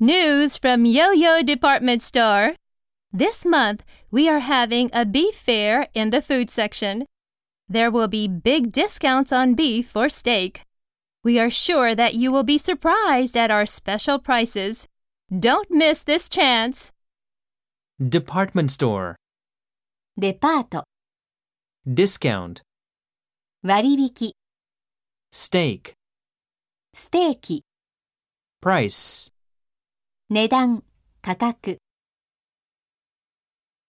News from Yo Yo Department Store. This month, we are having a beef fair in the food section. There will be big discounts on beef or steak. We are sure that you will be surprised at our special prices. Don't miss this chance. Department store. デパート、 Discount. 割引、 Steak. ステーキ、 Price. 値段、価格。